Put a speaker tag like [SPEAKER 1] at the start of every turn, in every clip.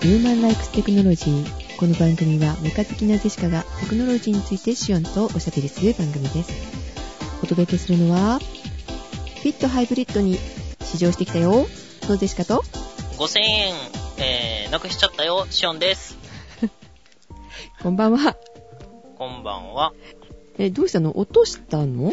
[SPEAKER 1] ヒューマンライクステクノロジー。この番組はメカ好きなジェシカがテクノロジーについてシオンとおしゃべりする番組です。お届けするのは、フィットハイブリッドに試乗してきたよ。のジェシカと、
[SPEAKER 2] 5000円、えー、なくしちゃったよ、シオンです。
[SPEAKER 1] こんばんは。
[SPEAKER 2] こんばんは。
[SPEAKER 1] え、どうしたの落としたの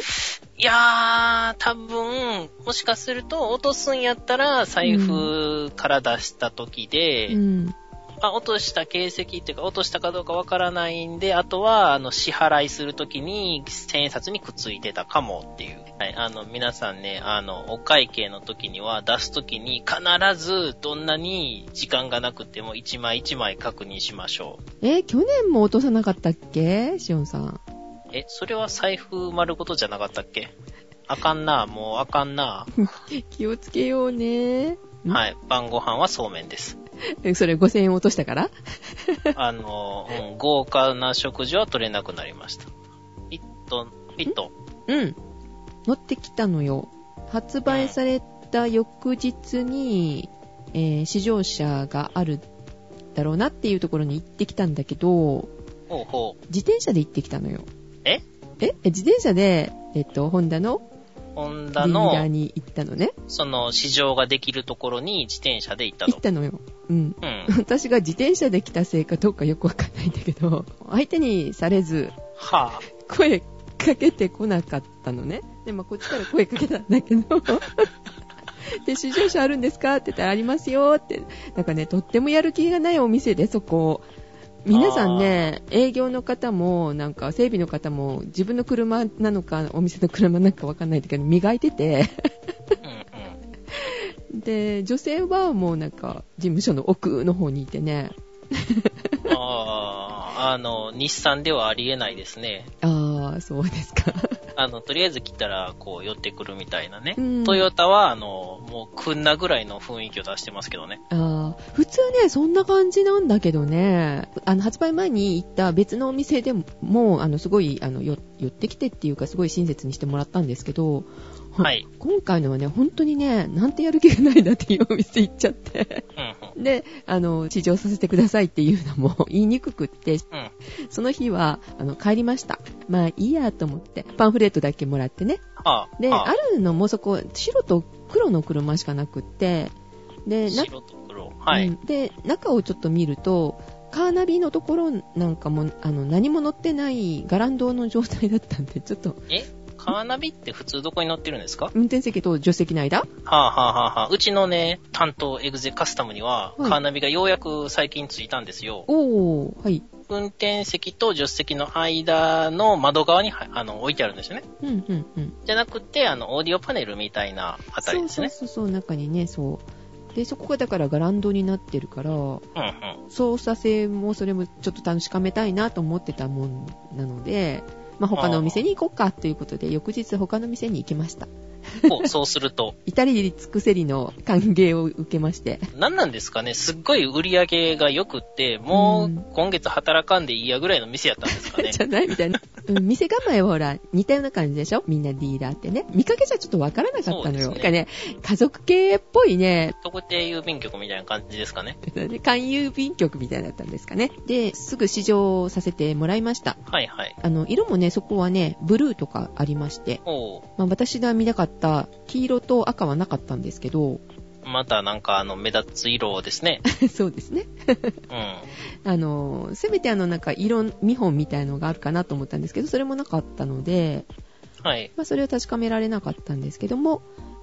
[SPEAKER 2] いやー、多分、もしかすると、落とすんやったら、財布から出した時で、
[SPEAKER 1] うん。
[SPEAKER 2] あ、落とした形跡っていうか、落としたかどうかわからないんで、あとは、あの、支払いする時に、千円札にくっついてたかもっていう。はい、あの、皆さんね、あの、お会計の時には、出す時に、必ず、どんなに時間がなくても、一枚一枚確認しましょう。
[SPEAKER 1] え、去年も落とさなかったっけシオンさん。
[SPEAKER 2] え、それは財布丸ごとじゃなかったっけあかんな、もうあかんな。
[SPEAKER 1] 気をつけようね。ん
[SPEAKER 2] はい、晩ご飯はそうめ んです。
[SPEAKER 1] えそれ5000円落としたから
[SPEAKER 2] あの、うん、豪華な食事は取れなくなりました。一トン、一ト
[SPEAKER 1] うん。乗ってきたのよ。発売された翌日に、えー試乗車があるだろうなっていうところに行ってきたんだけど、
[SPEAKER 2] ン。ほうほう。
[SPEAKER 1] 自転車で行ってきたのよ。
[SPEAKER 2] え
[SPEAKER 1] ええ自転車で、えっと、ホンダの
[SPEAKER 2] ホン
[SPEAKER 1] ディ
[SPEAKER 2] ダ
[SPEAKER 1] ーラー
[SPEAKER 2] の、
[SPEAKER 1] に行ったのね。
[SPEAKER 2] その、市場ができるところに自転車で行った
[SPEAKER 1] 行
[SPEAKER 2] と
[SPEAKER 1] っ。たのよ。うん。
[SPEAKER 2] うん。
[SPEAKER 1] 私が自転車で来たせいかどうかよくわかんないんだけど、相手にされず、
[SPEAKER 2] は
[SPEAKER 1] 声かけてこなかったのね。で、まあ、こっちから声かけたんだけ ど。で、試乗車あるんですかって言ったら、ありますよって。なんかね、とってもやる気がないお店で、そこ。皆さんね、営業の方も、なんか整備の方も、自分の車なのか、お店の車なんかわかんないんだけど、磨いてて。
[SPEAKER 2] あ。うんうん。
[SPEAKER 1] で、女性はもうなんか、事務所の奥の方にいてね。
[SPEAKER 2] ああ、あの、日産ではありえないですね。
[SPEAKER 1] あー、そうですか。
[SPEAKER 2] あの、とりあえず来たら、こう、寄ってくるみたいなね。
[SPEAKER 1] うん
[SPEAKER 2] トヨタは、あの、もう、くんなぐらいの雰囲気を出してますけどね。
[SPEAKER 1] あー普通ね、そんな感じなんだけどね、あの発売前に行った別のお店でも、もうあのすごいあのよ寄ってきてっていうか、すごい親切にしてもらったんですけど、ほ
[SPEAKER 2] はい
[SPEAKER 1] 今回のはね、本当にね、なんてやる気がないなっていうお店行っちゃって、
[SPEAKER 2] うんうん。
[SPEAKER 1] で、あの、試乗させてくださいっていうのも 言いにくくって、
[SPEAKER 2] うん。
[SPEAKER 1] その日はあの帰りました。まあいいやと思って、パンフレットだけもらってね、
[SPEAKER 2] ああ。
[SPEAKER 1] で、
[SPEAKER 2] あ
[SPEAKER 1] あ
[SPEAKER 2] あ
[SPEAKER 1] るのもそこ、白と黒の車しかなくって、で、な
[SPEAKER 2] 白と黒。は
[SPEAKER 1] う
[SPEAKER 2] い。
[SPEAKER 1] んで中をちょっと見るとカーナビのところなんかもあの何も乗ってないガランドの状態だったんでちょっと
[SPEAKER 2] えカーナビって普通どこに乗ってるんですかは
[SPEAKER 1] 運転席と助手席の間
[SPEAKER 2] あ、はあはあはあ、うちのね、担当エグゼカスタムには、
[SPEAKER 1] はい
[SPEAKER 2] カーナビがようやく最近ついたんですよ。
[SPEAKER 1] おおはい、
[SPEAKER 2] 運転席と助手席の間の窓側にはあの置いてあるんですよね。
[SPEAKER 1] うんうんうん
[SPEAKER 2] じゃなくて、あの、オーディオパネルみたいなあたりですね。
[SPEAKER 1] そうそうそうそう中にねそうでそこがだからガランドになってるから
[SPEAKER 2] うんうん。
[SPEAKER 1] 操作性もそれもちょっと確かめたいなと思ってたもんなので、まあ、他のお店に行こうかということで翌日他の店に行きました
[SPEAKER 2] こうそうすると、
[SPEAKER 1] 至れり尽くせりの歓迎を受けまして
[SPEAKER 2] 何なんですかね、すっごい売り上げが良くって、も
[SPEAKER 1] うん
[SPEAKER 2] う今月働かんでいいやぐらいの店やったんですかね。
[SPEAKER 1] じゃないみたいな。うん、店構えはほら、似たような感じでしょみんなディーラーってね。見かけじゃちょっとわからなかったのよ。
[SPEAKER 2] そ
[SPEAKER 1] な
[SPEAKER 2] う
[SPEAKER 1] ん
[SPEAKER 2] ですね
[SPEAKER 1] かね、家族系っぽいね、
[SPEAKER 2] 特定郵便局みたいな感じですかね。
[SPEAKER 1] 勧郵便局みたいだったんですかね。で、すぐ試乗させてもらいました。
[SPEAKER 2] はいはい。
[SPEAKER 1] あの、色もね、そこはね、ブルーとかありまして、
[SPEAKER 2] おう
[SPEAKER 1] まあ私が見なかった黄色と赤はなかったんですけど、
[SPEAKER 2] またなんかあの目立つ色ですね。
[SPEAKER 1] そうですね。
[SPEAKER 2] うん。
[SPEAKER 1] あの、せめてあの、なんか色見本みたいのがあるかなと思ったんですけど、それもなかったので、
[SPEAKER 2] はい。
[SPEAKER 1] まあ、それを確かめられなかったんですけども、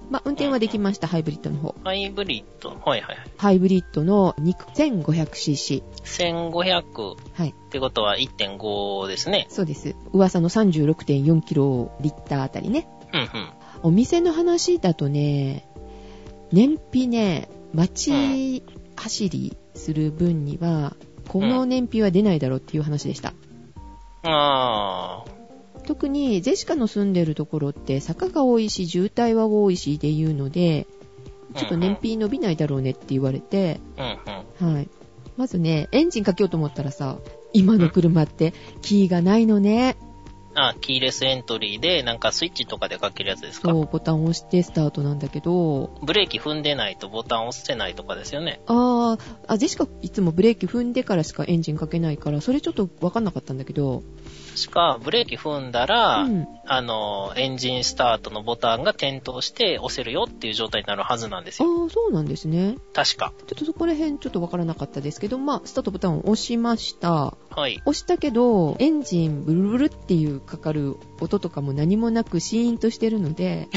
[SPEAKER 1] まあ、運転はできました、ハイブリッドの方。
[SPEAKER 2] ハイブリッド。はいはい。
[SPEAKER 1] ハイブリッドの 1500cc。
[SPEAKER 2] 1500っ
[SPEAKER 1] はい、
[SPEAKER 2] てことは1.5ですね。
[SPEAKER 1] そうです。噂の 36.4kg リッターあたりね。
[SPEAKER 2] うんうん。
[SPEAKER 1] お店の話だとね、燃費ね、街走りする分には、この燃費は出ないだろうっていう話でした。
[SPEAKER 2] あ
[SPEAKER 1] 特にジェシカの住んでるところって坂が多いし渋滞は多いしでいうので、ちょっと燃費伸びないだろうねって言われて、
[SPEAKER 2] あ。うんうん。
[SPEAKER 1] はい。まずね、エンジンかけようと思ったらさ、今の車ってキーがないのね。
[SPEAKER 2] あ、キーレスエントリーで、なんかスイッチとかでかけるやつですか
[SPEAKER 1] そう、ボタンを押してスタートなんだけど、
[SPEAKER 2] ブレーキ踏んでないとボタン押せないとかですよね。
[SPEAKER 1] あーあ、ジェシカいつもブレーキ踏んでからしかエンジンかけないから、それちょっとわかんなかったんだけど、
[SPEAKER 2] しか、ブレーキ踏んだら、
[SPEAKER 1] うん
[SPEAKER 2] あの、エンジンスタートのボタンが点灯して押せるよっていう状態になるはずなんです
[SPEAKER 1] あ
[SPEAKER 2] よ。
[SPEAKER 1] あ、そうなんですね。
[SPEAKER 2] 確か。
[SPEAKER 1] ちょっとそこら辺ちょっとわからなかったですけど、まあ、スタートボタンを押しました。
[SPEAKER 2] はい。
[SPEAKER 1] 押したけど、エンジンブルブルっていうかかる音とかも何もなくシーンとしてるので、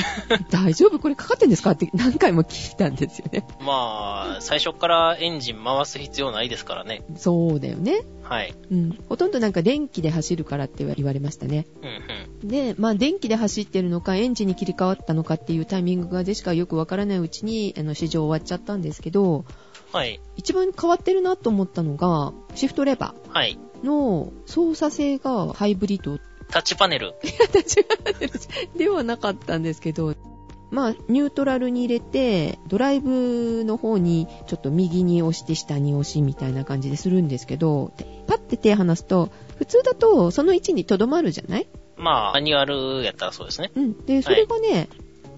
[SPEAKER 1] 大丈夫これかかってんですかって何回も聞いたんですよね。
[SPEAKER 2] まあ、最初からエンジン回す必要ないですからね。
[SPEAKER 1] そうだよね。
[SPEAKER 2] はい。
[SPEAKER 1] うん。ほとんどなんか電気で走るからって言われましたね。
[SPEAKER 2] うんうん。
[SPEAKER 1] で、まあ電気で走ってるのか、エンジンに切り替わったのかっていうタイミングがジェシカはよくわからないうちに、あの、試乗終わっちゃったんですけど、
[SPEAKER 2] はい。
[SPEAKER 1] 一番変わってるなと思ったのが、シフトレバ
[SPEAKER 2] はい。
[SPEAKER 1] ーの操作性がハイブリッド
[SPEAKER 2] タッチパネル。
[SPEAKER 1] 立ち上がってるしではなかったんですけど、まあ、ニュートラルに入れて、ドライブの方にちょっと右に押して下に押しみたいな感じでするんですけど、パッて手離すと、普通だとその位置に留まるじゃない
[SPEAKER 2] まあ、マニュアルやったらそうですね。
[SPEAKER 1] うん。で、それがね、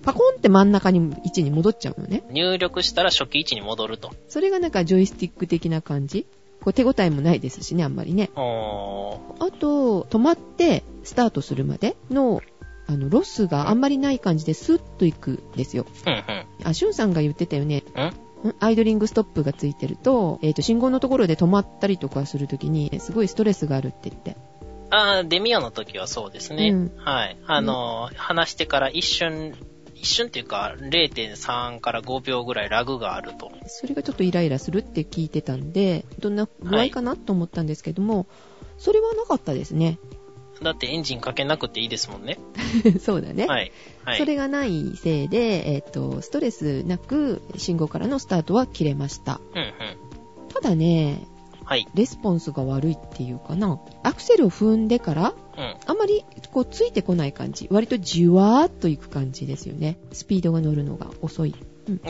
[SPEAKER 1] パコンって真ん中に位置に戻っちゃうのね。
[SPEAKER 2] 入力したら初期位置に戻ると。
[SPEAKER 1] それがなんかジョイスティック的な感じ。こう手応えもないですしね、あんまりね。
[SPEAKER 2] おー
[SPEAKER 1] あと、止まってスタートするまでの、あの、ロスがあんまりない感じでスッと行くんですよ。
[SPEAKER 2] うんうん。
[SPEAKER 1] あ、しゅんさんが言ってたよね。んアイドリングストップがついてると、えっ、と、信号のところで止まったりとかするときに、すごいストレスがあるって言って。
[SPEAKER 2] あーデミオの時はそうですね。
[SPEAKER 1] うん
[SPEAKER 2] はい。あのー、話してから一瞬、一瞬っていうか0.3から5秒ぐらいラグがあると。
[SPEAKER 1] それがちょっとイライラするって聞いてたんで、どんな具合かなと思ったんですけども、それはなかったですね。
[SPEAKER 2] だってエンジンかけなくていいですもんね。
[SPEAKER 1] そうだね。
[SPEAKER 2] はい。はい。
[SPEAKER 1] それがないせいで、えっ、と、ストレスなく信号からのスタートは切れました。
[SPEAKER 2] うんうん。
[SPEAKER 1] ただね、
[SPEAKER 2] はい。
[SPEAKER 1] レスポンスが悪いっていうかな。アクセルを踏んでから
[SPEAKER 2] うん。
[SPEAKER 1] あまりこうついてこない感じ。割とじわーっといく感じですよね。スピードが乗るのが遅い。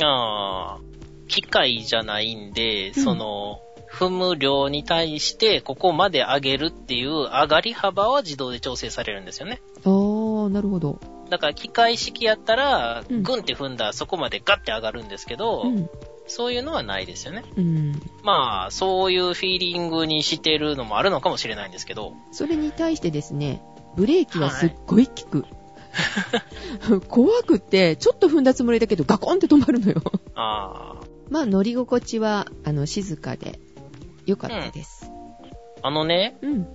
[SPEAKER 2] あー機械じゃないんで、
[SPEAKER 1] ん
[SPEAKER 2] その、踏む量に対して、ここまで上げるっていう上がり幅は自動で調整されるんですよね。
[SPEAKER 1] あー、なるほど。
[SPEAKER 2] だから機械式やったら、
[SPEAKER 1] うん
[SPEAKER 2] グンって踏んだらそこまでガッて上がるんですけど、
[SPEAKER 1] うん。
[SPEAKER 2] そういうのはないですよね。
[SPEAKER 1] うん。
[SPEAKER 2] まあ、そういうフィーリングにしてるのもあるのかもしれないんですけど、
[SPEAKER 1] それに対してですね、ブレーキはすっごい効く。 怖くて、ちょっと踏んだつもりだけど、ガコンって止まるのよ。
[SPEAKER 2] あ
[SPEAKER 1] まあ、乗り心地は、あの、静かで、良かったです。
[SPEAKER 2] ーあのね、
[SPEAKER 1] うん。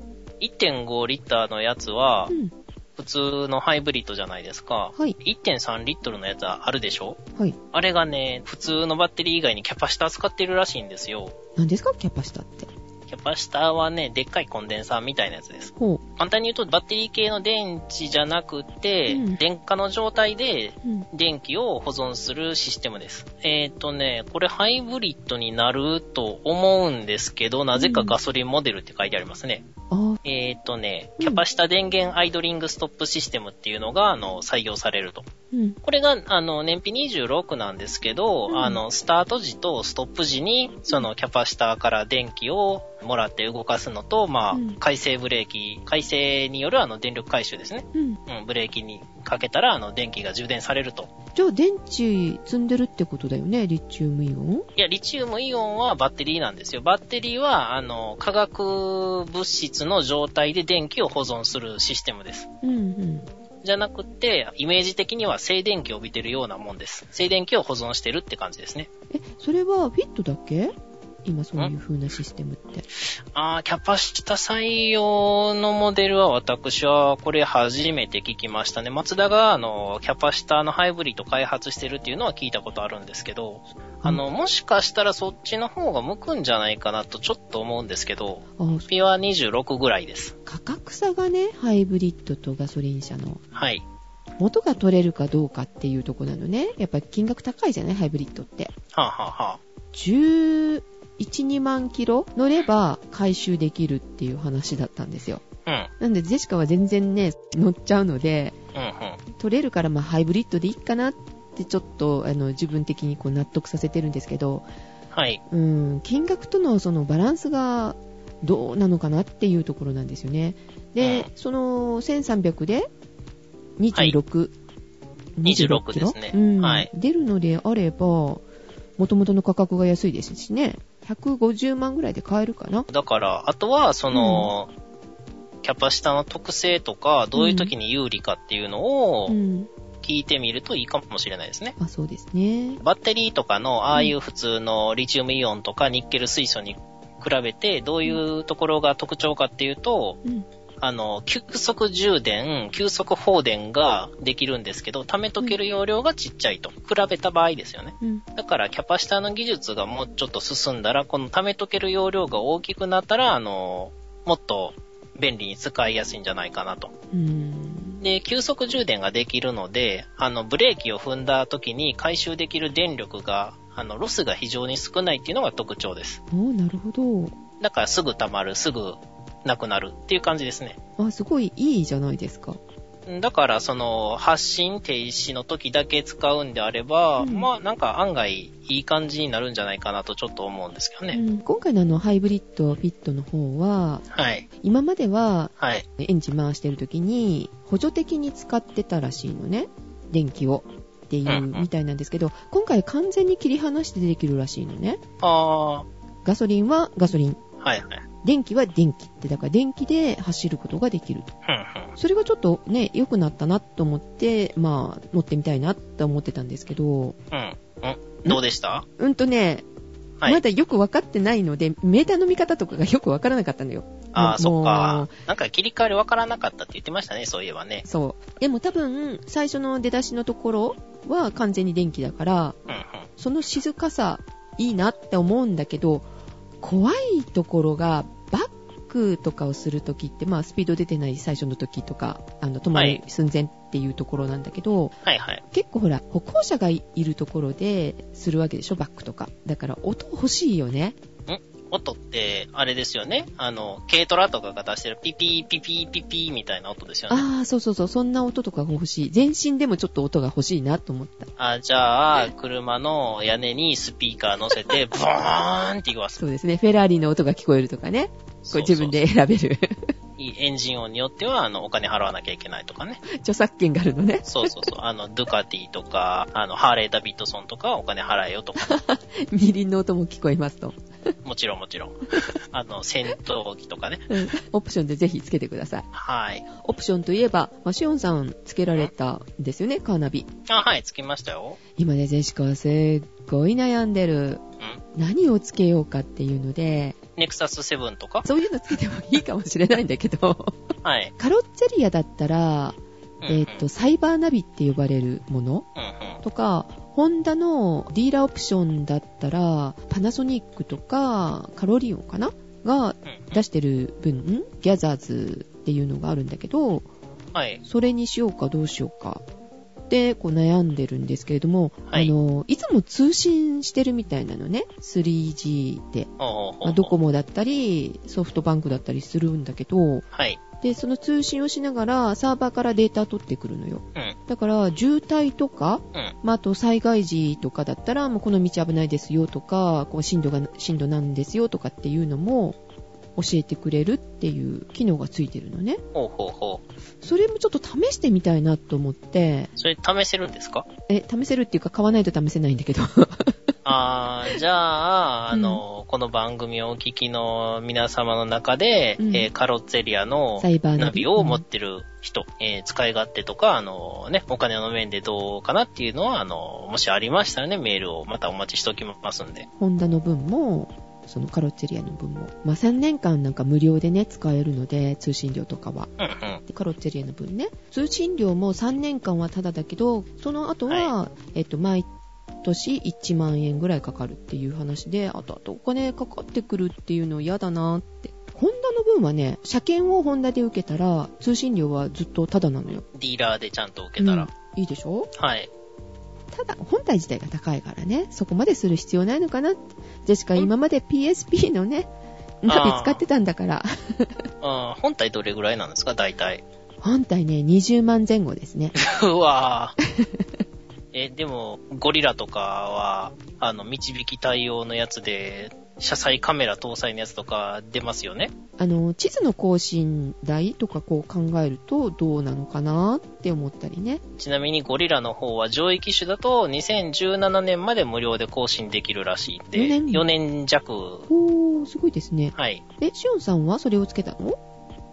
[SPEAKER 2] 1.5リッターのやつは
[SPEAKER 1] う、ん。
[SPEAKER 2] 普通のハイブリッドじゃないですか。
[SPEAKER 1] はい。
[SPEAKER 2] 1.3リットルのやつはあるでしょ
[SPEAKER 1] はい。
[SPEAKER 2] あれがね、普通のバッテリー以外にキャパシタ使ってるらしいんですよ。
[SPEAKER 1] 何ですかキャパシタって。
[SPEAKER 2] キャパシタはね、でっかいコンデンサーみたいなやつです。
[SPEAKER 1] ほ
[SPEAKER 2] 簡単に言うと、バッテリー系の電池じゃなくて、
[SPEAKER 1] うん
[SPEAKER 2] 電化の状態で
[SPEAKER 1] う。うん。
[SPEAKER 2] 電気を保存するシステムです。えっ、とね、これハイブリッドになると思うんですけど、なぜかガソリンモデルって書いてありますね。
[SPEAKER 1] あ
[SPEAKER 2] えっ、とね、
[SPEAKER 1] うん
[SPEAKER 2] キャパシタ電源アイドリングストップシステムっていうのが、あの、採用されると。
[SPEAKER 1] ー、うん。
[SPEAKER 2] これが、あの、燃費26なんですけど、
[SPEAKER 1] うん
[SPEAKER 2] あの、スタート時とストップ時に、その、キャパシタから電気をもらって動かすのと、まあ、
[SPEAKER 1] うん
[SPEAKER 2] 回生ブレーキ、回生による、あの、電力回収ですね。
[SPEAKER 1] うん。
[SPEAKER 2] うん、ブレーキにかけたら、あの、電気が充電されると。
[SPEAKER 1] じゃあ、電池積んでるってことだよねリチウムイオン
[SPEAKER 2] いや、リチウムイオンはバッテリーなんですよ。バッテリーは、あの、化学物質の状態で電気を保存するシステムです。
[SPEAKER 1] うんうん。
[SPEAKER 2] じゃなくて、イメージ的には静電気を帯びてるようなもんです。静電気を保存してるって感じですね。
[SPEAKER 1] え、それはフィットだけ今そういう風なシステムって。
[SPEAKER 2] あーキャパシタ採用のモデルは私はこれ初めて聞きましたね。松田があの、キャパシタのハイブリッド開発してるっていうのは聞いたことあるんですけど、あの、もしかしたらそっちの方が向くんじゃないかなとちょっと思うんですけど、
[SPEAKER 1] あ
[SPEAKER 2] ピは26ぐらいです。
[SPEAKER 1] 価格差がね、ハイブリッドとガソリン車の
[SPEAKER 2] はい。
[SPEAKER 1] 元が取れるかどうかっていうとこなのね。やっぱり金額高いじゃないハイブリッドって。
[SPEAKER 2] はあ、はあはあ、
[SPEAKER 1] 11、2万キロ乗れば回収できるっていう話だったんですよ。
[SPEAKER 2] うん、
[SPEAKER 1] なんでジェシカは全然ね、乗っちゃうので、
[SPEAKER 2] うん、うん。
[SPEAKER 1] 取れるからまあハイブリッドでいいかなってちょっとあの自分的にこう納得させてるんですけど、
[SPEAKER 2] はい。
[SPEAKER 1] うん、金額とのそのバランスがどうなのかなっていうところなんですよね。で、
[SPEAKER 2] う
[SPEAKER 1] その1300で26、
[SPEAKER 2] 26ですね
[SPEAKER 1] うん
[SPEAKER 2] はい
[SPEAKER 1] 出るのであれば、もともとの価格が安いですしね、150万ぐらいで買えるかな。
[SPEAKER 2] だから、あとは、その、キャパシタの特性とか、どういう時に有利かっていうのを
[SPEAKER 1] うん。
[SPEAKER 2] 聞いてみるといいかもしれないですね。
[SPEAKER 1] あ、そうですね。
[SPEAKER 2] バッテリーとかの、ああいう普通のリチウムイオンとかニッケル水素に比べて、どういうところが特徴かっていうと、
[SPEAKER 1] うん。
[SPEAKER 2] あの、急速充電、急速放電ができるんですけど、溜めとける容量がちっちゃいと。比べた場合ですよね。
[SPEAKER 1] うん。
[SPEAKER 2] だから、キャパシタの技術がもうちょっと進んだら、この溜めとける容量が大きくなったら、あの、もっと便利に使いやすいんじゃないかなと。
[SPEAKER 1] うん。
[SPEAKER 2] で、急速充電ができるので、あの、ブレーキを踏んだ時に回収できる電力が、あの、ロスが非常に少ないっていうのが特徴です。
[SPEAKER 1] おーなるほど。
[SPEAKER 2] だから、すぐ溜まる、すぐなくなるっていう感じですね。
[SPEAKER 1] あ、すごいいいじゃないですか。
[SPEAKER 2] だから、その、発進停止の時だけ使うんであれば、
[SPEAKER 1] うん
[SPEAKER 2] まあ、なんか案外いい感じになるんじゃないかなとちょっと思うんですけど
[SPEAKER 1] う
[SPEAKER 2] ね。
[SPEAKER 1] ん今回のあのハイブリッドフィットの方は、
[SPEAKER 2] はい。
[SPEAKER 1] 今までは
[SPEAKER 2] はい。
[SPEAKER 1] エンジン回してる時に補助的に使ってたらしいのね。電気を。っていうみたいなんですけど、今回完全に切り離してできるらしいのね。
[SPEAKER 2] ああ、は
[SPEAKER 1] ガソリンはガソリン。
[SPEAKER 2] いはい。
[SPEAKER 1] 電気は電気って、だから電気で走ることができると。
[SPEAKER 2] ふんふん。
[SPEAKER 1] それがちょっとね、良くなったなと思って、まあ、乗ってみたいなって思ってたんですけど、
[SPEAKER 2] うん。うん。どうでした
[SPEAKER 1] うんとね、
[SPEAKER 2] はい
[SPEAKER 1] まだよく分かってないので、メーターの見方とかがよく分からなかったのよ。
[SPEAKER 2] あ
[SPEAKER 1] も
[SPEAKER 2] あ、
[SPEAKER 1] う
[SPEAKER 2] そっ
[SPEAKER 1] も
[SPEAKER 2] か
[SPEAKER 1] う。
[SPEAKER 2] なんか切り替わりわからなかったって言ってましたね、そういえばね。
[SPEAKER 1] そう。でも多分、最初の出だしのところは完全に電気だから、
[SPEAKER 2] うんうん。
[SPEAKER 1] その静かさ、いいなって思うんだけど、怖いところが、バックとかをするときって、まあ、スピード出てない最初のときとか、あの、止まる寸前っていうところなんだけど、
[SPEAKER 2] はいはい。
[SPEAKER 1] 結構ほら、歩行者がいいるところでするわけでしょ、バックとか。だから、音欲しいよね。
[SPEAKER 2] 音って、あれですよね。あの、軽トラとかが出してるピピーピピーピピーみたいな音ですよね。
[SPEAKER 1] ああ、そうそうそう、そんな音とかが欲しい。全身でもちょっと音が欲しいなと思った。
[SPEAKER 2] あじゃあ、車の屋根にスピーカー乗 せて、ボーンって言わす。
[SPEAKER 1] そうですね、フェラーリの音が聞こえるとかね。こう自分で選べる。
[SPEAKER 2] そうそう。いいエンジン音によっては、あの、お金払わなきゃいけないとかね。
[SPEAKER 1] 著作権があるのね。
[SPEAKER 2] そうそうそう。あの、ドゥカティとか、あの、ハーレー・ダビッドソンとかはお金払えよ とか。
[SPEAKER 1] 二輪の音も聞こえますと。
[SPEAKER 2] もちろんもちろん。あの、戦闘機とかね。
[SPEAKER 1] うんオプションでぜひつけてください。
[SPEAKER 2] はい。
[SPEAKER 1] オプションといえば、まあ、シオンさんつけられたんですよね、カーナビ。
[SPEAKER 2] あ、はい、つきましたよ。
[SPEAKER 1] 今ね、ジェシカはすっごい悩んでる。
[SPEAKER 2] うん。
[SPEAKER 1] 何をつけようかっていうので、
[SPEAKER 2] ネクサス7とか
[SPEAKER 1] そういうのつけてもいいかもしれないんだけ ど。
[SPEAKER 2] はい。
[SPEAKER 1] カロッツェリアだったら、
[SPEAKER 2] うんうん
[SPEAKER 1] えっ、と、サイバーナビって呼ばれるもの
[SPEAKER 2] うんうん。
[SPEAKER 1] とか、ホンダのディーラーオプションだったら、パナソニックとか、カロリオンかなが
[SPEAKER 2] うんうん
[SPEAKER 1] 出してる分、ギャザーズっていうのがあるんだけど、
[SPEAKER 2] はい。
[SPEAKER 1] それにしようかどうしようか。で、こう悩んでるんですけれども、
[SPEAKER 2] はい
[SPEAKER 1] あの、いつも通信してるみたいなのね。3G で。
[SPEAKER 2] おうおうおうおう
[SPEAKER 1] まあドコモだったり、ソフトバンクだったりするんだけど、
[SPEAKER 2] はい。
[SPEAKER 1] で、その通信をしながら、サーバーからデータ取ってくるのよ。
[SPEAKER 2] うん。
[SPEAKER 1] だから、渋滞とか、
[SPEAKER 2] うん。
[SPEAKER 1] まあ、あと災害時とかだったら、もうこの道危ないですよとか、こう震度が、震度なんですよとかっていうのも、教えてくれるっていう機能がついてるのね。
[SPEAKER 2] ほうほうほう。
[SPEAKER 1] それもちょっと試してみたいなと思って、
[SPEAKER 2] それ試せるんですか
[SPEAKER 1] え、試せるっていうか買わないと試せないんだけど。
[SPEAKER 2] あー、じゃあ、あの、この番組をお聞きの皆様の中で、
[SPEAKER 1] うん
[SPEAKER 2] えーカロッツェリアの
[SPEAKER 1] サイバー
[SPEAKER 2] ナ
[SPEAKER 1] ナビ
[SPEAKER 2] ビを持ってる人、えー使い勝手とか、あの、ね、お金の面でどうかなっていうのは、あの、もしありましたらね、メールをまたお待ちしておきますんで。
[SPEAKER 1] ホンダの分も、そのカロッチェリアの分も。まあ、3年間なんか無料でね、使えるので、通信料とかは。
[SPEAKER 2] うんうん。
[SPEAKER 1] でカロッチェリアの分ね通信料も3年間はタダだけどその後は、えっと毎年1万円ぐらいかかるっていう話であとあとお金かかってくるっていうの嫌だなってホンダの分はね車検をホンダで受けたら通信料はずっとタダなのよ
[SPEAKER 2] ディーラーでちゃんと受けたら。
[SPEAKER 1] うんいいでしょ
[SPEAKER 2] はい。
[SPEAKER 1] ただ本体自体が高いからねそこまでする必要ないのかなってジェシカ今まで PSP のねナビ使ってたんだから
[SPEAKER 2] あー本体どれぐらいなんですか、大体。
[SPEAKER 1] 本体ね20万前後ですね
[SPEAKER 2] うわぁ。 え、でも、ゴリラとかは、あの、導き対応のやつで、車載カメラ搭載のやつとか出ますよね。
[SPEAKER 1] あの、地図の更新台とかこう考えるとどうなのかなって思ったりね。
[SPEAKER 2] ちなみにゴリラの方は上位機種だと2017年まで無料で更新できるらしいんで、
[SPEAKER 1] 4年
[SPEAKER 2] 4年弱。
[SPEAKER 1] おー、すごいですね。
[SPEAKER 2] はい。
[SPEAKER 1] え、シオンさんはそれをつけたの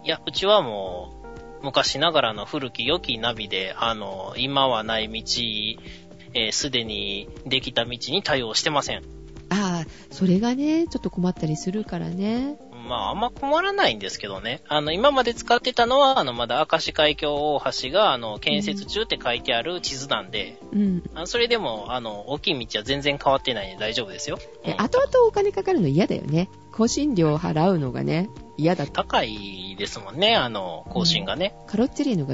[SPEAKER 2] いや、うちはもう、昔ながらの古き良きナビで、あの、今はない道、えーすでにできた道に対応してません。
[SPEAKER 1] ああ、それがね、ちょっと困ったりするからね。
[SPEAKER 2] まあ、あんま困らないんですけどね。あの、今まで使ってたのは、あの、まだ明石海峡大橋が、あの、建設中って書いてある地図なんで、
[SPEAKER 1] うん。
[SPEAKER 2] あそれでも、あの、大きい道は全然変わってないんで大丈夫ですよ。う
[SPEAKER 1] え
[SPEAKER 2] ん、
[SPEAKER 1] 後々お金かかるの嫌だよね。更新料払うのがね、嫌だった。
[SPEAKER 2] 高いですもんね、あの、更新がね。
[SPEAKER 1] カロッチェリーノが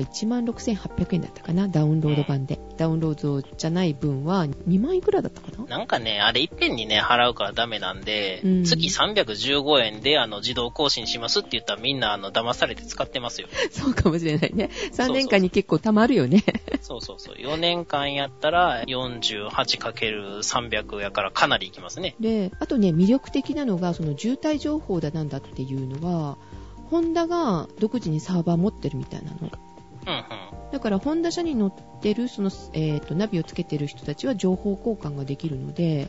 [SPEAKER 1] 16,800円だったかな、ダウンロード版で。ダウンロードじゃない分は2万いくらだったかな
[SPEAKER 2] なんかね、あれ一遍にね、払うからダメなんで、
[SPEAKER 1] うん
[SPEAKER 2] 月315円で、あの、自動更新しますって言ったらみんな、あの、騙されて使って ますよ。
[SPEAKER 1] そうかもしれないね。3
[SPEAKER 2] そう
[SPEAKER 1] 年間に結構溜まるよね。
[SPEAKER 2] そうそうそう。4年間やったら、48×300 やからかなりいきますね。
[SPEAKER 1] で、あとね、魅力的なのが、その渋滞情報だなんだっていうのは、ホンダが独自にサーバー持ってるみたいなの。
[SPEAKER 2] うんうん。
[SPEAKER 1] だから、ホンダ車に乗ってる、その、えっ、と、ナビをつけてる人たちは情報交換ができるので、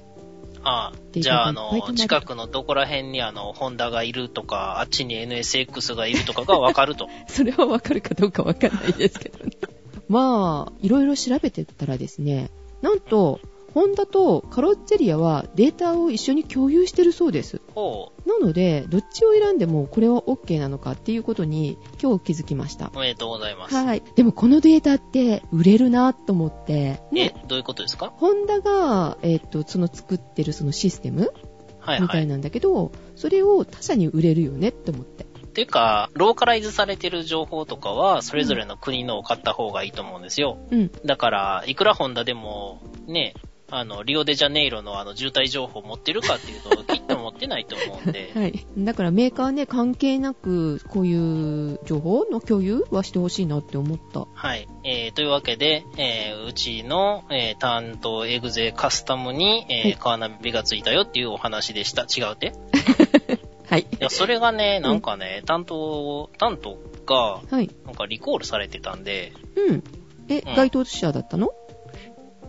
[SPEAKER 2] ああ
[SPEAKER 1] で
[SPEAKER 2] じゃあ、あ
[SPEAKER 1] いっぱい泊ま
[SPEAKER 2] の、
[SPEAKER 1] る
[SPEAKER 2] 近くのどこら辺に、あの、ホンダがいるとか、あっちに NSX がいるとかがわかる と。
[SPEAKER 1] それはわかるかどうかわかんないですけどね。 まあ、いろいろ調べてったらですね、なんと、ホンダとカロッツェリアはデータを一緒に共有してるそうです。
[SPEAKER 2] ほう、
[SPEAKER 1] なので、どっちを選んでもこれは OK なのかっていうことに今日気づきました。
[SPEAKER 2] おめでとうございます。
[SPEAKER 1] はい。でもこのデータって売れるなと思って、
[SPEAKER 2] え
[SPEAKER 1] ね、、
[SPEAKER 2] どういうことですか
[SPEAKER 1] ホンダが、えっと、その作ってるそのシステム
[SPEAKER 2] はい
[SPEAKER 1] み
[SPEAKER 2] は
[SPEAKER 1] たい
[SPEAKER 2] い。
[SPEAKER 1] なんだけど、それを他社に売れるよねって思って。
[SPEAKER 2] っていうか、ローカライズされてる情報とかは、それぞれの国のを買った方がいいと思うんですよ。
[SPEAKER 1] うん。
[SPEAKER 2] だから、いくらホンダでも、ね、あの、リオデジャネイロのあの、渋滞情報持ってるかっていうと、きっと持ってないと思うんで、
[SPEAKER 1] はい。だからメーカーね、関係なく、こういう情報の共有はしてほしいなって思った。
[SPEAKER 2] はい。えー、というわけで、えー、うちの、えー、担当エグゼカスタムに、えー
[SPEAKER 1] はい
[SPEAKER 2] カーナビがついたよっていうお話でした。違うて
[SPEAKER 1] はい。
[SPEAKER 2] いや、それがね、なんかね、担当、担当が、
[SPEAKER 1] はい。
[SPEAKER 2] なんかリコールされてたんで、
[SPEAKER 1] うん。え、
[SPEAKER 2] うん
[SPEAKER 1] 該当者だったの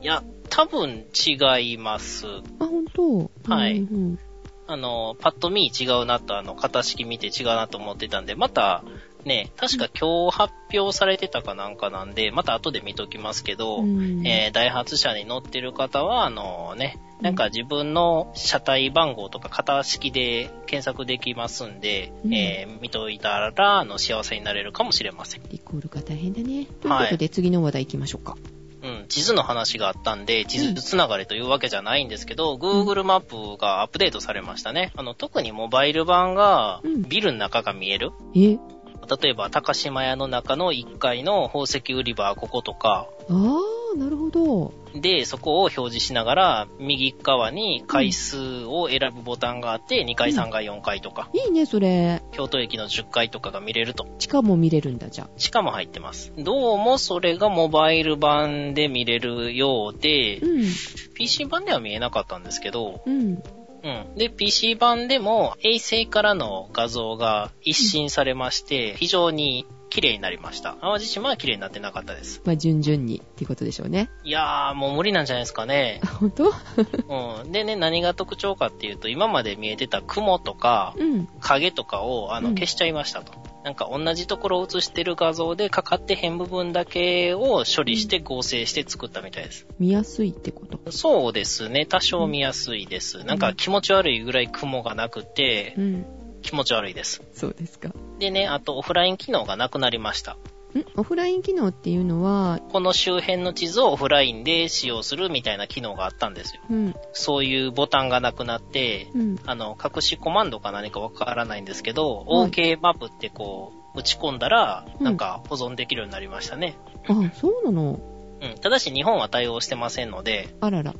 [SPEAKER 2] いや、多分違います。
[SPEAKER 1] あ、本当
[SPEAKER 2] はい
[SPEAKER 1] うんうん
[SPEAKER 2] あの、パッと見違うなと、あの、型式見て違うなと思ってたんで、また、ね、確か今日発表されてたかなんかなんで、また後で見ときますけど、
[SPEAKER 1] うん
[SPEAKER 2] えー、ダイハツ車に乗ってる方は、あのね、なんか自分の車体番号とか型式で検索できますんで、
[SPEAKER 1] うん
[SPEAKER 2] えー見といたら、あの、幸せになれるかもしれません。
[SPEAKER 1] リコールが大変だね。ということで、次の話題行きましょうか。
[SPEAKER 2] うん、地図の話があったんで、地図つながりというわけじゃないんですけど、Google マップがアップデートされましたね。あの、特にモバイル版が
[SPEAKER 1] うん、
[SPEAKER 2] ビルの中が見える。
[SPEAKER 1] え、
[SPEAKER 2] 例えば、高島屋の中の1階の宝石売り場、こことか、
[SPEAKER 1] あー、なるほど。
[SPEAKER 2] で、そこを表示しながら、右側に回数を選ぶボタンがあって、2階、
[SPEAKER 1] うん
[SPEAKER 2] 3階、4階とか、
[SPEAKER 1] いいね、それ。
[SPEAKER 2] 京都駅の10階とかが見れると。
[SPEAKER 1] 地下も見れるんだ、じゃあ。
[SPEAKER 2] しかも入ってます。どうもそれがモバイル版で見れるようで
[SPEAKER 1] う、ん。
[SPEAKER 2] PC 版では見えなかったんですけど、
[SPEAKER 1] うん。
[SPEAKER 2] うん。で、PC 版でも衛星からの画像が一新されまして、非常に綺麗になりました。淡路島は綺麗になってなかったです。
[SPEAKER 1] まあ、順々にっていうことでしょうね。
[SPEAKER 2] いやー、もう無理なんじゃないですかね。
[SPEAKER 1] あ、本当
[SPEAKER 2] うん。でね、何が特徴かっていうと、今まで見えてた雲とか、
[SPEAKER 1] うん。
[SPEAKER 2] 影とかを、あの、
[SPEAKER 1] うん
[SPEAKER 2] 消しちゃいましたと。なんか同じところを映してる画像で、かかってへん部分だけを処理して合成して作ったみたいです。
[SPEAKER 1] 見やすいってこと。
[SPEAKER 2] そうですね、多少見やすいです。なんか気持ち悪いぐらい雲がなくて
[SPEAKER 1] う、ん。
[SPEAKER 2] 気持ち悪いです。
[SPEAKER 1] そうですか。ん
[SPEAKER 2] でね、あとオフライン機能がなくなりました。
[SPEAKER 1] オフライン機能っていうのは、
[SPEAKER 2] この周辺の地図をオフラインで使用するみたいな機能があったんですよ。
[SPEAKER 1] うん。
[SPEAKER 2] そういうボタンがなくなって、
[SPEAKER 1] うん。
[SPEAKER 2] あの、隠しコマンドか何かわからないんですけど、
[SPEAKER 1] はい
[SPEAKER 2] OK マップってこう、打ち込んだら、
[SPEAKER 1] うん
[SPEAKER 2] なんか保存できるようになりましたね。
[SPEAKER 1] あ、そうなの。
[SPEAKER 2] うん。ただし日本は対応してませんので、
[SPEAKER 1] あらら。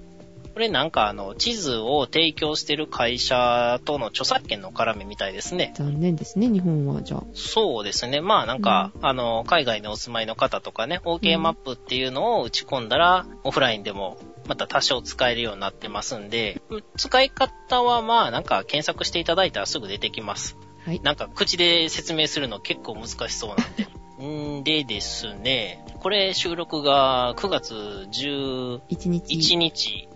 [SPEAKER 2] これなんかあの、地図を提供してる会社との著作権の絡みみたいですね。
[SPEAKER 1] 残念ですね、日本は。じゃあ。
[SPEAKER 2] そうですね。まあなんか、あの、海外にお住まいの方とかね、OK マップっていうのを打ち込んだら、オフラインでもまた多少使えるようになってますんで、使い方はまあなんか検索していただいたらすぐ出てきます。
[SPEAKER 1] はい。
[SPEAKER 2] なんか口で説明するの結構難し そうなんで。んでですね、これ収録が9月11
[SPEAKER 1] 1日。
[SPEAKER 2] 日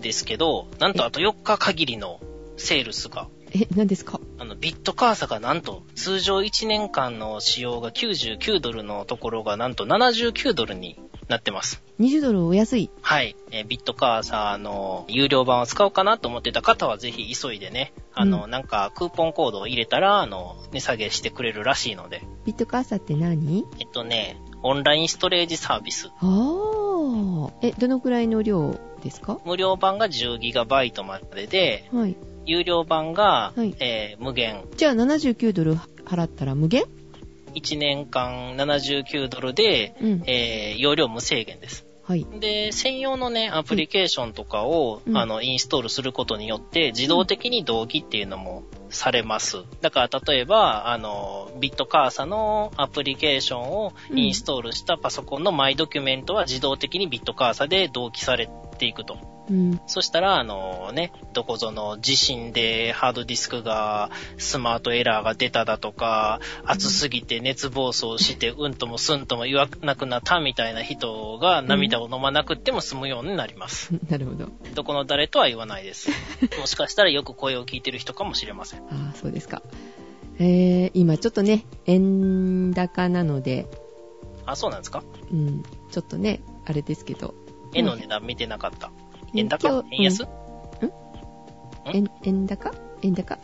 [SPEAKER 2] ですけど、なんとあと4日限りのセールスが、
[SPEAKER 1] え、何ですか
[SPEAKER 2] あの、ビットカーサがなんと、通常1年間の使用が99ドルのところがなんと79ドルになってます。
[SPEAKER 1] ?20 ドルお安い。
[SPEAKER 2] はい。えービットカーサーの有料版を使おうかなと思ってた方はぜひ急いでね、あの、
[SPEAKER 1] う
[SPEAKER 2] なんかクーポンコードを入れたら、あの、値下げしてくれるらしいので、
[SPEAKER 1] ビットカーサって何
[SPEAKER 2] えっとね、オンラインストレージサービス。
[SPEAKER 1] あー。え、どのくらいの量ですか
[SPEAKER 2] 無料版が 10GB までで、
[SPEAKER 1] はい。
[SPEAKER 2] 有料版が、
[SPEAKER 1] はい
[SPEAKER 2] えー無限。
[SPEAKER 1] じゃあ79ドル払ったら無限
[SPEAKER 2] 1年間79ドルで、
[SPEAKER 1] うん。
[SPEAKER 2] えー容量無制限です。
[SPEAKER 1] はい。
[SPEAKER 2] で、専用のね、アプリケーションとかを、
[SPEAKER 1] うん
[SPEAKER 2] あの、インストールすることによって、自動的に同期っていうのもされます。だから、例えば、あの、ビットカーサのアプリケーションを
[SPEAKER 1] うん
[SPEAKER 2] インストールしたパソコンのマイドキュメントは自動的にビットカーサで同期されていくと。
[SPEAKER 1] うん。
[SPEAKER 2] そしたら、あのね、どこぞの地震でハードディスクがスマートエラーが出ただとか、暑すぎて熱暴走してうんともすんとも言わなくなったみたいな人が涙を飲まなくっても済むようになります。
[SPEAKER 1] なるほど。
[SPEAKER 2] どこの誰とは言わない です。もしかしたらよく声を聞いてる人かもしれません。
[SPEAKER 1] ああ、そうですか。えー、今ちょっとね、円高なので、
[SPEAKER 2] あ、そうなんですか
[SPEAKER 1] うん、ちょっとね、あれですけど、
[SPEAKER 2] 絵の値段見てなかった。
[SPEAKER 1] うん
[SPEAKER 2] 円
[SPEAKER 1] 今
[SPEAKER 2] 高
[SPEAKER 1] 日
[SPEAKER 2] 円安、ん
[SPEAKER 1] 円円高円高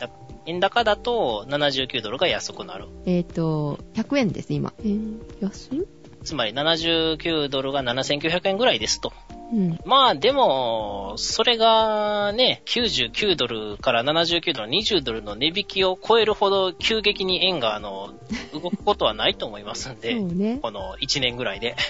[SPEAKER 2] 円高だと79ドルが安くなる。
[SPEAKER 1] えっ、と、100円です、今。円安い
[SPEAKER 2] つまり79ドルが7900円ぐらいですと。
[SPEAKER 1] うん。
[SPEAKER 2] まあでも、それがね、99ドルから79ドル、20ドルの値引きを超えるほど急激に円があの、動くことはないと思いますんで
[SPEAKER 1] そ、うね。
[SPEAKER 2] この1年ぐらいで。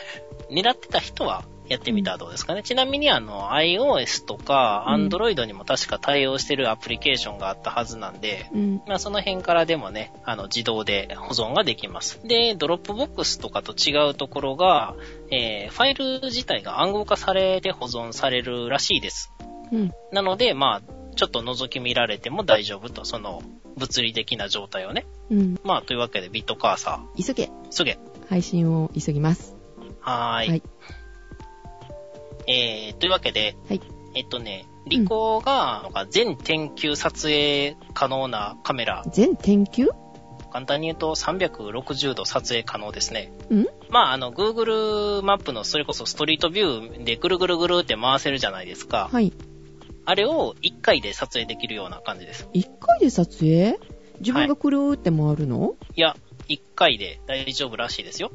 [SPEAKER 2] 狙ってた人はやってみたらどうですかね。ちなみにあの、iOS とか
[SPEAKER 1] うん
[SPEAKER 2] Android にも確か対応してるアプリケーションがあったはずなんで、
[SPEAKER 1] うん。
[SPEAKER 2] まあその辺からでもね、あの自動で保存ができます。で、ドロップボックスとかと違うところが、えーファイル自体が暗号化されて保存されるらしいです。
[SPEAKER 1] うん。
[SPEAKER 2] なので、まあ、ちょっと覗き見られても大丈夫と、その物理的な状態をね。
[SPEAKER 1] うん。
[SPEAKER 2] まあ、というわけでビットカーサ
[SPEAKER 1] 急げ。
[SPEAKER 2] ー、すげ。
[SPEAKER 1] 配信を急ぎます。
[SPEAKER 2] はーい。
[SPEAKER 1] はい
[SPEAKER 2] えー、というわけで、
[SPEAKER 1] はい
[SPEAKER 2] えっとね、リコが、なんか全天球撮影可能なカメラ
[SPEAKER 1] 全天球
[SPEAKER 2] 簡単に言うと360度撮影可能ですね。
[SPEAKER 1] ん
[SPEAKER 2] まあ、あの、Google マップのそれこそストリートビューでぐるぐるぐるって回せるじゃないですか。
[SPEAKER 1] はい。
[SPEAKER 2] あれを1回で撮影できるような感じです。
[SPEAKER 1] 1回で撮影自分がくるーって回るの、
[SPEAKER 2] いや、1回で大丈夫らしいですよ。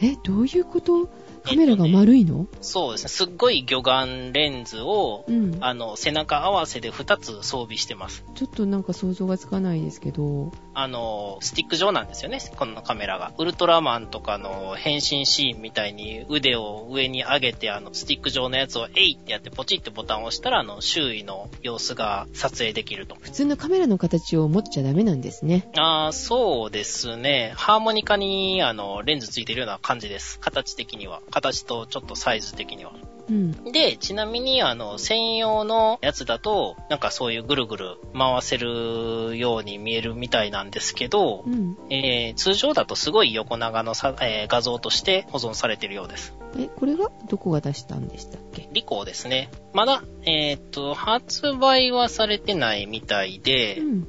[SPEAKER 1] え、どういうことカメラが丸いの、
[SPEAKER 2] そうですね。すっごい魚眼レンズを、
[SPEAKER 1] うん。
[SPEAKER 2] あの、背中合わせで2つ装備してます。
[SPEAKER 1] ちょっとなんか想像がつかないですけど、
[SPEAKER 2] あの、スティック状なんですよね、このカメラが。ウルトラマンとかの変身シーンみたいに腕を上に上げて、あの、スティック状のやつをえいってやってポチってボタンを押したら、あの、周囲の様子が撮影できると。
[SPEAKER 1] 普通のカメラの形を持っちゃダメなんですね。
[SPEAKER 2] あーそうですね。ハーモニカに、あの、レンズついてるような感じです。形的には。形とちょっとサイズ的には。
[SPEAKER 1] うん。
[SPEAKER 2] で、ちなみに、あの、専用のやつだと、なんかそういうぐるぐる回せるように見えるみたいなんですけど
[SPEAKER 1] う、ん。
[SPEAKER 2] えー通常だとすごい横長のさ、えー画像として保存されているようです。
[SPEAKER 1] え、これがどこが出したんでしたっけ
[SPEAKER 2] リコーですね。まだ、えっ、と、発売はされてないみたいで
[SPEAKER 1] う、ん。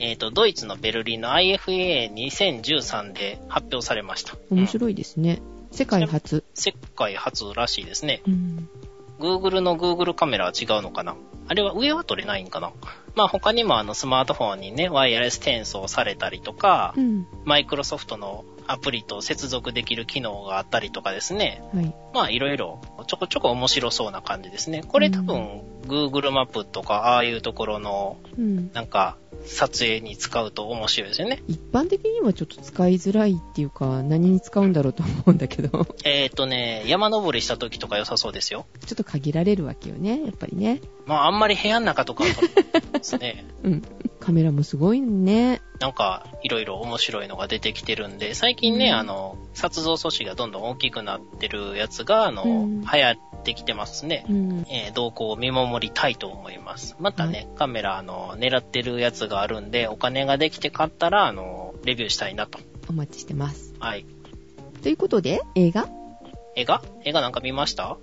[SPEAKER 2] えっ、と、ドイツのベルリンの IFA2013 で発表されました。
[SPEAKER 1] 面
[SPEAKER 2] うん
[SPEAKER 1] 白いですね。世界初。
[SPEAKER 2] 世界初らしいですね。
[SPEAKER 1] うん。
[SPEAKER 2] Google の Google カメラは違うのかなあれは上は撮れないんかなまあ他にもあのスマートフォンにね、ワイヤレス転送されたりとか
[SPEAKER 1] う、ん。
[SPEAKER 2] マイクロソフトのアプリと接続できる機能があったりとかですね。
[SPEAKER 1] はい。
[SPEAKER 2] まあいろいろちょこちょこ面白そうな感じですね。これ多分 Google マップとかああいうところの
[SPEAKER 1] うん。
[SPEAKER 2] なんか撮影に使うと面白いですよね。
[SPEAKER 1] 一般的にはちょっと使いづらいっていうか、何に使うんだろうと思うんだけど、ちょ
[SPEAKER 2] えっ、とね、山登りした時とか良さそうですよ。
[SPEAKER 1] っと限られるわけよね、やっぱりね。
[SPEAKER 2] まああんまり部屋の中とかは撮れないで すね。
[SPEAKER 1] うん。カメラもすごいね。
[SPEAKER 2] なんか、いろいろ面白いのが出てきてるんで、最近ね、
[SPEAKER 1] うん
[SPEAKER 2] あの、殺像素子がどんどん大きくなってるやつが、あの、
[SPEAKER 1] うん
[SPEAKER 2] 流行ってきてますね。
[SPEAKER 1] うん。
[SPEAKER 2] えー動向を見守りたいと思います。またね、カメラ、あの、狙ってるやつがあるんで、お金ができて買ったら、あの、レビューしたいなと。
[SPEAKER 1] お待ちしてます。
[SPEAKER 2] はい。
[SPEAKER 1] ということで、映画
[SPEAKER 2] 映画映画なんか見ました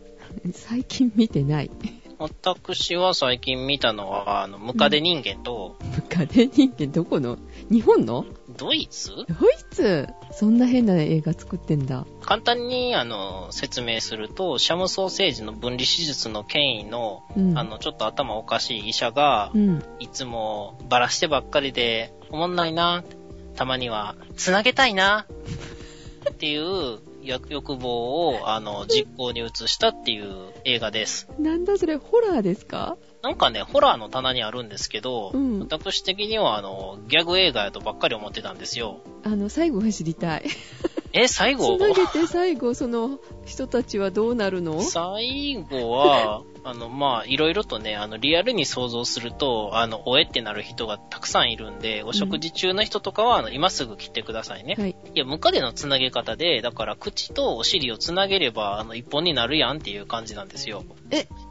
[SPEAKER 1] 最近見てない。
[SPEAKER 2] 私は最近見たのは、あの、ムカデ人間と、
[SPEAKER 1] 家電人間どこの日本の
[SPEAKER 2] ドイツ
[SPEAKER 1] ドイツそんな変な映画作ってんだ。
[SPEAKER 2] 簡単に、あの、説明すると、シャムソーセージの分離手術の権威の、
[SPEAKER 1] うん。
[SPEAKER 2] あの、ちょっと頭おかしい医者が
[SPEAKER 1] う、ん。
[SPEAKER 2] いつもバラしてばっかりで、おもんないな、たまには、つなげたいな、っていう欲欲望を、あの、実行に移したっていう映画です。
[SPEAKER 1] なんだそれ、ホラーですか
[SPEAKER 2] なんかね、ホラーの棚にあるんですけど、
[SPEAKER 1] うん
[SPEAKER 2] 私的には、あの、ギャグ映画やとばっかり思ってたんですよ。
[SPEAKER 1] あの、最後が知りたい。
[SPEAKER 2] え、最後
[SPEAKER 1] つなげて最後、その人たちはどうなるの
[SPEAKER 2] 最後は、あの、まあ、いろいろとね、あの、リアルに想像すると、あの、おえってなる人がたくさんいるんで、お食事中の人とかは、あの、今すぐ切ってくださいね。
[SPEAKER 1] はい。
[SPEAKER 2] いや、ムカデのつなげ方で、だから、口とお尻をつなげれば、あの、一本になるやんっていう感じなんですよ。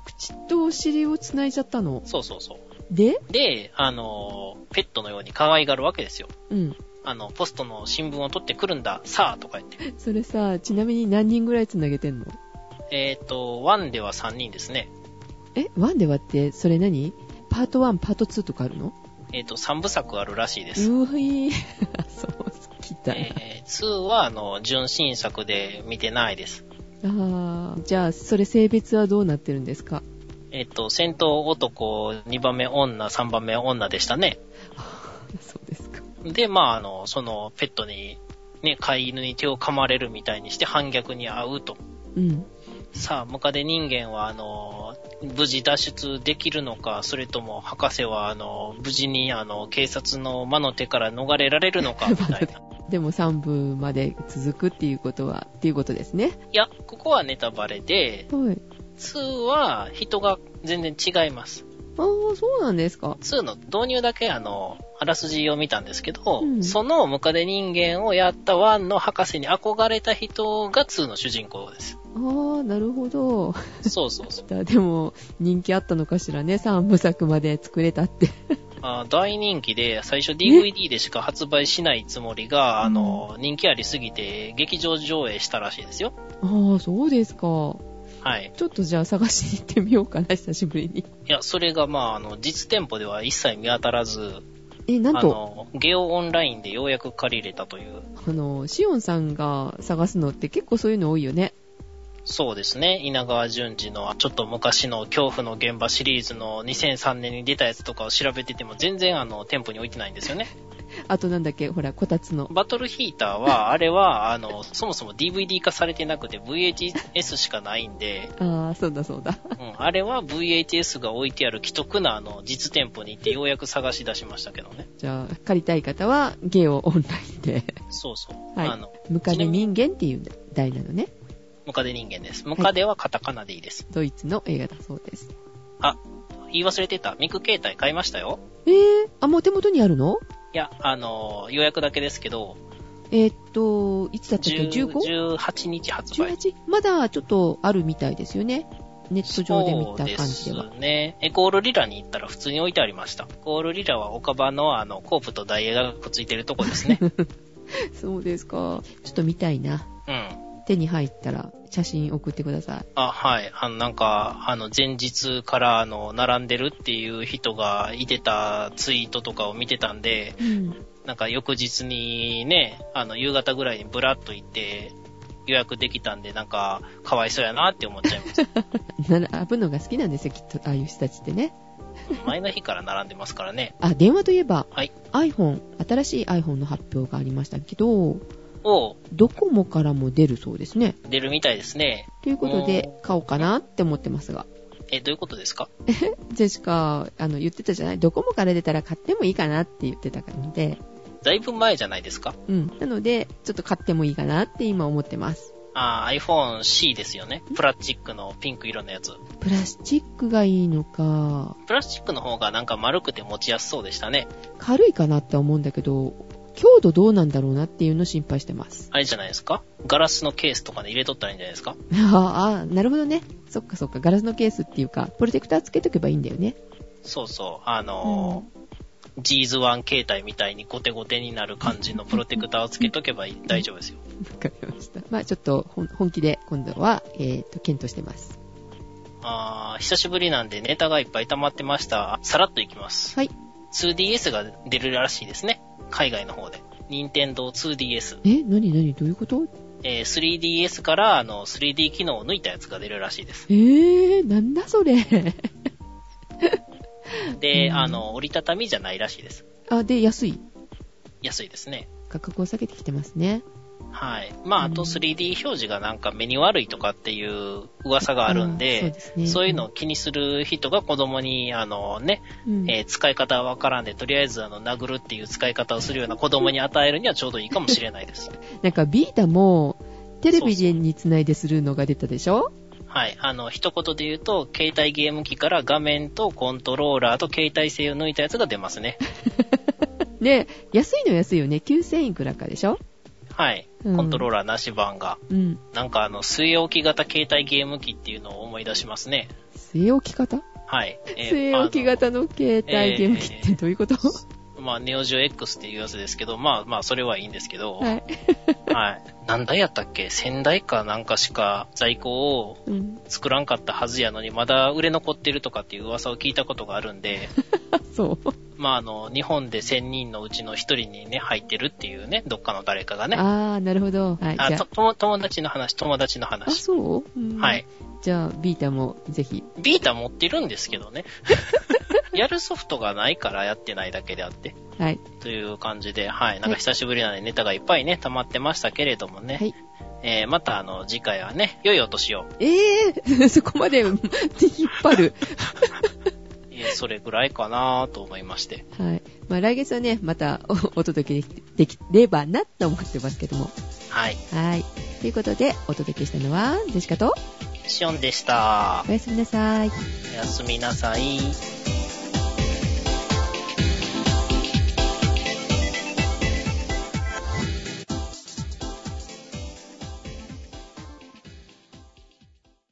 [SPEAKER 1] 口とお尻をつないじゃったの。
[SPEAKER 2] そうそうそう。
[SPEAKER 1] で
[SPEAKER 2] で、あの、ペットのように可愛がるわけですよ。
[SPEAKER 1] うん。
[SPEAKER 2] あの、ポストの新聞を取ってくるんだ、さあ、とか言って。
[SPEAKER 1] それさ、ちなみに何人ぐらいつなげてんの
[SPEAKER 2] えっ、と、ワンでは3人ですね。
[SPEAKER 1] え、ワンで割って、それ何パート1、パート2とかあるの
[SPEAKER 2] えっ、と、3部作あるらしいで
[SPEAKER 1] う
[SPEAKER 2] す。
[SPEAKER 1] ぃー。 そう、好きだ。
[SPEAKER 2] えー、2は、あの、純真作で見てないです。
[SPEAKER 1] あーじゃあ、それ性別はどうなってるんですか
[SPEAKER 2] えっ、と、戦闘男、2番目女、3番目女でしたね。
[SPEAKER 1] そうですか。
[SPEAKER 2] で、まあ、あの、その、ペットに、ね、飼い犬に手を噛まれるみたいにして反逆に遭うと。
[SPEAKER 1] うん。
[SPEAKER 2] さあ、ムカデ人間は、あの、無事脱出できるのか、それとも、博士は、あの、無事に、あの、警察の魔の手から逃れられる のか、みたいな。
[SPEAKER 1] でも3部まで続くっていうことは、っていうことですね。
[SPEAKER 2] いや、ここはネタバレで、
[SPEAKER 1] はい。
[SPEAKER 2] 2は人が全然違います。
[SPEAKER 1] ああ、そうなんですか。
[SPEAKER 2] 2の導入だけ、あの、あらすじを見たんですけど、
[SPEAKER 1] うん
[SPEAKER 2] そのムカデ人間をやった1の博士に憧れた人が2の主人公です。
[SPEAKER 1] ああ、なるほど。
[SPEAKER 2] そうそうそう。
[SPEAKER 1] だでも、人気あったのかしらね。3部作まで作れたって。
[SPEAKER 2] あー大人気で、最初 DVD でしか発売しないつもりが、あの、人気ありすぎて、劇場上映したらしいですよ。
[SPEAKER 1] ああ、そうですか。
[SPEAKER 2] はい。
[SPEAKER 1] ちょっとじゃあ探しに行ってみようかな、久しぶりに。
[SPEAKER 2] いや、それが、まあ、あの、実店舗では一切見当たらず、
[SPEAKER 1] え、なん
[SPEAKER 2] あ
[SPEAKER 1] と、
[SPEAKER 2] の、ゲオオンラインでようやく借りれたという。
[SPEAKER 1] あの、シオンさんが探すのって結構そういうの多いよね。
[SPEAKER 2] そうですね。稲川淳二の、ちょっと昔の恐怖の現場シリーズの2003年に出たやつとかを調べてても、全然、あの、店舗に置いてないんですよね。
[SPEAKER 1] あとなんだっけ、ほら、こたつの。
[SPEAKER 2] バトルヒーターは、あれは、あの、そもそも DVD 化されてなくて VHS しかないんで、
[SPEAKER 1] ああ、そうだそうだ。
[SPEAKER 2] うん、あれは VHS が置いてある既得なあの実店舗に行ってようやく探し出しましたけどね。
[SPEAKER 1] じゃあ、借りたい方は、ゲオオンラインで。
[SPEAKER 2] そうそう。
[SPEAKER 1] はい
[SPEAKER 2] あの、
[SPEAKER 1] ムカデ人間っていう題なのね。
[SPEAKER 2] ムカデ人間です。ムカデはカタカナでいいです。
[SPEAKER 1] ドイツの映画だそうです。
[SPEAKER 2] 言い忘れてた。ミク携帯買いましたよ。
[SPEAKER 1] えー、あ、もう手元にあるの
[SPEAKER 2] いや、あの、予約だけですけど、
[SPEAKER 1] えーっと、いつだったっけ ?15?18?
[SPEAKER 2] 10 18日発売。
[SPEAKER 1] まだちょっとあるみたいですよね。ネット上で見た感じで
[SPEAKER 2] そ
[SPEAKER 1] は。
[SPEAKER 2] うですね。エコールリラに行ったら普通に置いてありました。エコールリラは岡場のあの、コープとダイエーがくっついてると こですね。
[SPEAKER 1] そうですか。ちょっと見たいな。
[SPEAKER 2] うん。
[SPEAKER 1] 手に入ったら写真送ってください。
[SPEAKER 2] あ、はい。あの、なんか、あの、前日から、あの、並んでるっていう人がいてたツイートとかを見てたんで、
[SPEAKER 1] うん。
[SPEAKER 2] なんか翌日にね、あの、夕方ぐらいにブラッと行って、予約できたんで、なんか、かわいそうやなって思っちゃいました。
[SPEAKER 1] 並ぶのが好きなんですよ、きっと。ああいう人たちってね。
[SPEAKER 2] 前の日から並んでますからね。
[SPEAKER 1] あ、電話といえば、
[SPEAKER 2] はい
[SPEAKER 1] iPhone、新しい iPhone の発表がありましたけど、
[SPEAKER 2] おう
[SPEAKER 1] ドコモからも出るそうですね。
[SPEAKER 2] 出るみたいですね。
[SPEAKER 1] ということで
[SPEAKER 2] お、
[SPEAKER 1] 買おうかなって思ってますが。
[SPEAKER 2] え、どういうことですか
[SPEAKER 1] ジェシカ、あの、言ってたじゃないドコモから出たら買ってもいいかなって言ってたので、
[SPEAKER 2] だいぶ前じゃないですか
[SPEAKER 1] うん。なので、ちょっと買ってもいいかなって今思ってます。
[SPEAKER 2] あー iPhoneC ですよね。プラスチックのピンク色のやつ。
[SPEAKER 1] プラスチックがいいのか、
[SPEAKER 2] プラスチックの方がなんか丸くて持ちやすそうでしたね。
[SPEAKER 1] 軽いかなって思うんだけど、強度どうなんだろうなっていうのを心配してます。
[SPEAKER 2] あれじゃないですかガラスのケースとかで入れとったらいいんじゃないですか
[SPEAKER 1] ああ、なるほどね。そっかそっか。ガラスのケースっていうか、プロテクターつけとけばいいんだよね。
[SPEAKER 2] そうそう。あのー、ジーズ1携帯みたいにゴテゴテになる感じのプロテクターをつけとけばいい大丈夫ですよ。
[SPEAKER 1] わかりました。まあちょっと本本気で今度は、えっ、と、検討してます。
[SPEAKER 2] あー久しぶりなんでネタがいっぱい溜まってました。さらっといきます。
[SPEAKER 1] はい。
[SPEAKER 2] 2DS が出るらしいですね。海外の方で。任天堂 2DS。
[SPEAKER 1] え、なになにどういうこと
[SPEAKER 2] えー 3DS からあの 3D 機能を抜いたやつが出るらしいです。
[SPEAKER 1] えー、なんだそれ。
[SPEAKER 2] で、
[SPEAKER 1] うん
[SPEAKER 2] あの、折りたたみじゃないらしいです。
[SPEAKER 1] あ、で、安い。
[SPEAKER 2] 安いですね。
[SPEAKER 1] 価格を下げてきてますね。
[SPEAKER 2] はい。まあ、あと 3D 表示がなんか目に悪いとかっていう噂があるん
[SPEAKER 1] あーそう
[SPEAKER 2] で
[SPEAKER 1] で、すね。
[SPEAKER 2] そういうのを気にする人が子供に、あのね、
[SPEAKER 1] うん、
[SPEAKER 2] えー使い方はわからんで、とりあえずあの、殴るっていう使い方をするような子供に与えるにはちょうどいいかもしれない です。
[SPEAKER 1] なんかビータも、テレビにつないでするのが出たでしょ
[SPEAKER 2] はい。あの、一言で言うと、携帯ゲーム機から画面とコントローラーと携帯性を抜いたやつが出ますね。
[SPEAKER 1] で、安いのは安いよね。9000いくらかでしょ
[SPEAKER 2] はい。
[SPEAKER 1] うん
[SPEAKER 2] コントローラーなし版が。
[SPEAKER 1] うん。
[SPEAKER 2] なんかあの、据え置き型携帯ゲーム機っていうのを思い出しますね。
[SPEAKER 1] 据え置き方
[SPEAKER 2] はい。えー
[SPEAKER 1] 据え置き型の携帯ゲーム機ってどういうこと、
[SPEAKER 2] あのまあ、ネオジオ X っていうやつですけど、まあまあ、それはいいんですけど、
[SPEAKER 1] はい。
[SPEAKER 2] はい。何台やったっけ仙台かなんかしか在庫を
[SPEAKER 1] うん。
[SPEAKER 2] 作らんかったはずやのに、まだ売れ残ってるとかっていう噂を聞いたことがある んで、
[SPEAKER 1] あ、そう。
[SPEAKER 2] まああの、日本で1000人のうちの1人にね、入ってるっていうね、どっかの誰かがね。
[SPEAKER 1] あー、なるほど。はい。
[SPEAKER 2] あ
[SPEAKER 1] じゃ
[SPEAKER 2] と
[SPEAKER 1] あ、
[SPEAKER 2] 友友達の話、友達の
[SPEAKER 1] あ、
[SPEAKER 2] 話。
[SPEAKER 1] そう、うん
[SPEAKER 2] はい。。
[SPEAKER 1] じゃあ、ビータもぜひ。
[SPEAKER 2] ビータ持ってるんですけど ね。やるソフトがないからやってないだけであって。
[SPEAKER 1] はい。
[SPEAKER 2] という感じで、はい。なんか久しぶりなのでネタがいっぱいね、溜まってましたけれどもね。
[SPEAKER 1] はい
[SPEAKER 2] えー、またあの、次回はね、良いお年を。
[SPEAKER 1] えー、 そこまで引っ張る。
[SPEAKER 2] えーそれぐらいかなと思いまして。
[SPEAKER 1] はい。まあ、来月はね、またおお届けできできればなと思ってますけども。
[SPEAKER 2] はい。
[SPEAKER 1] はい。ということで、お届けしたのは、ジェシカと、
[SPEAKER 2] シオンでした
[SPEAKER 1] お。やすみなさい。
[SPEAKER 2] おやすみなさい。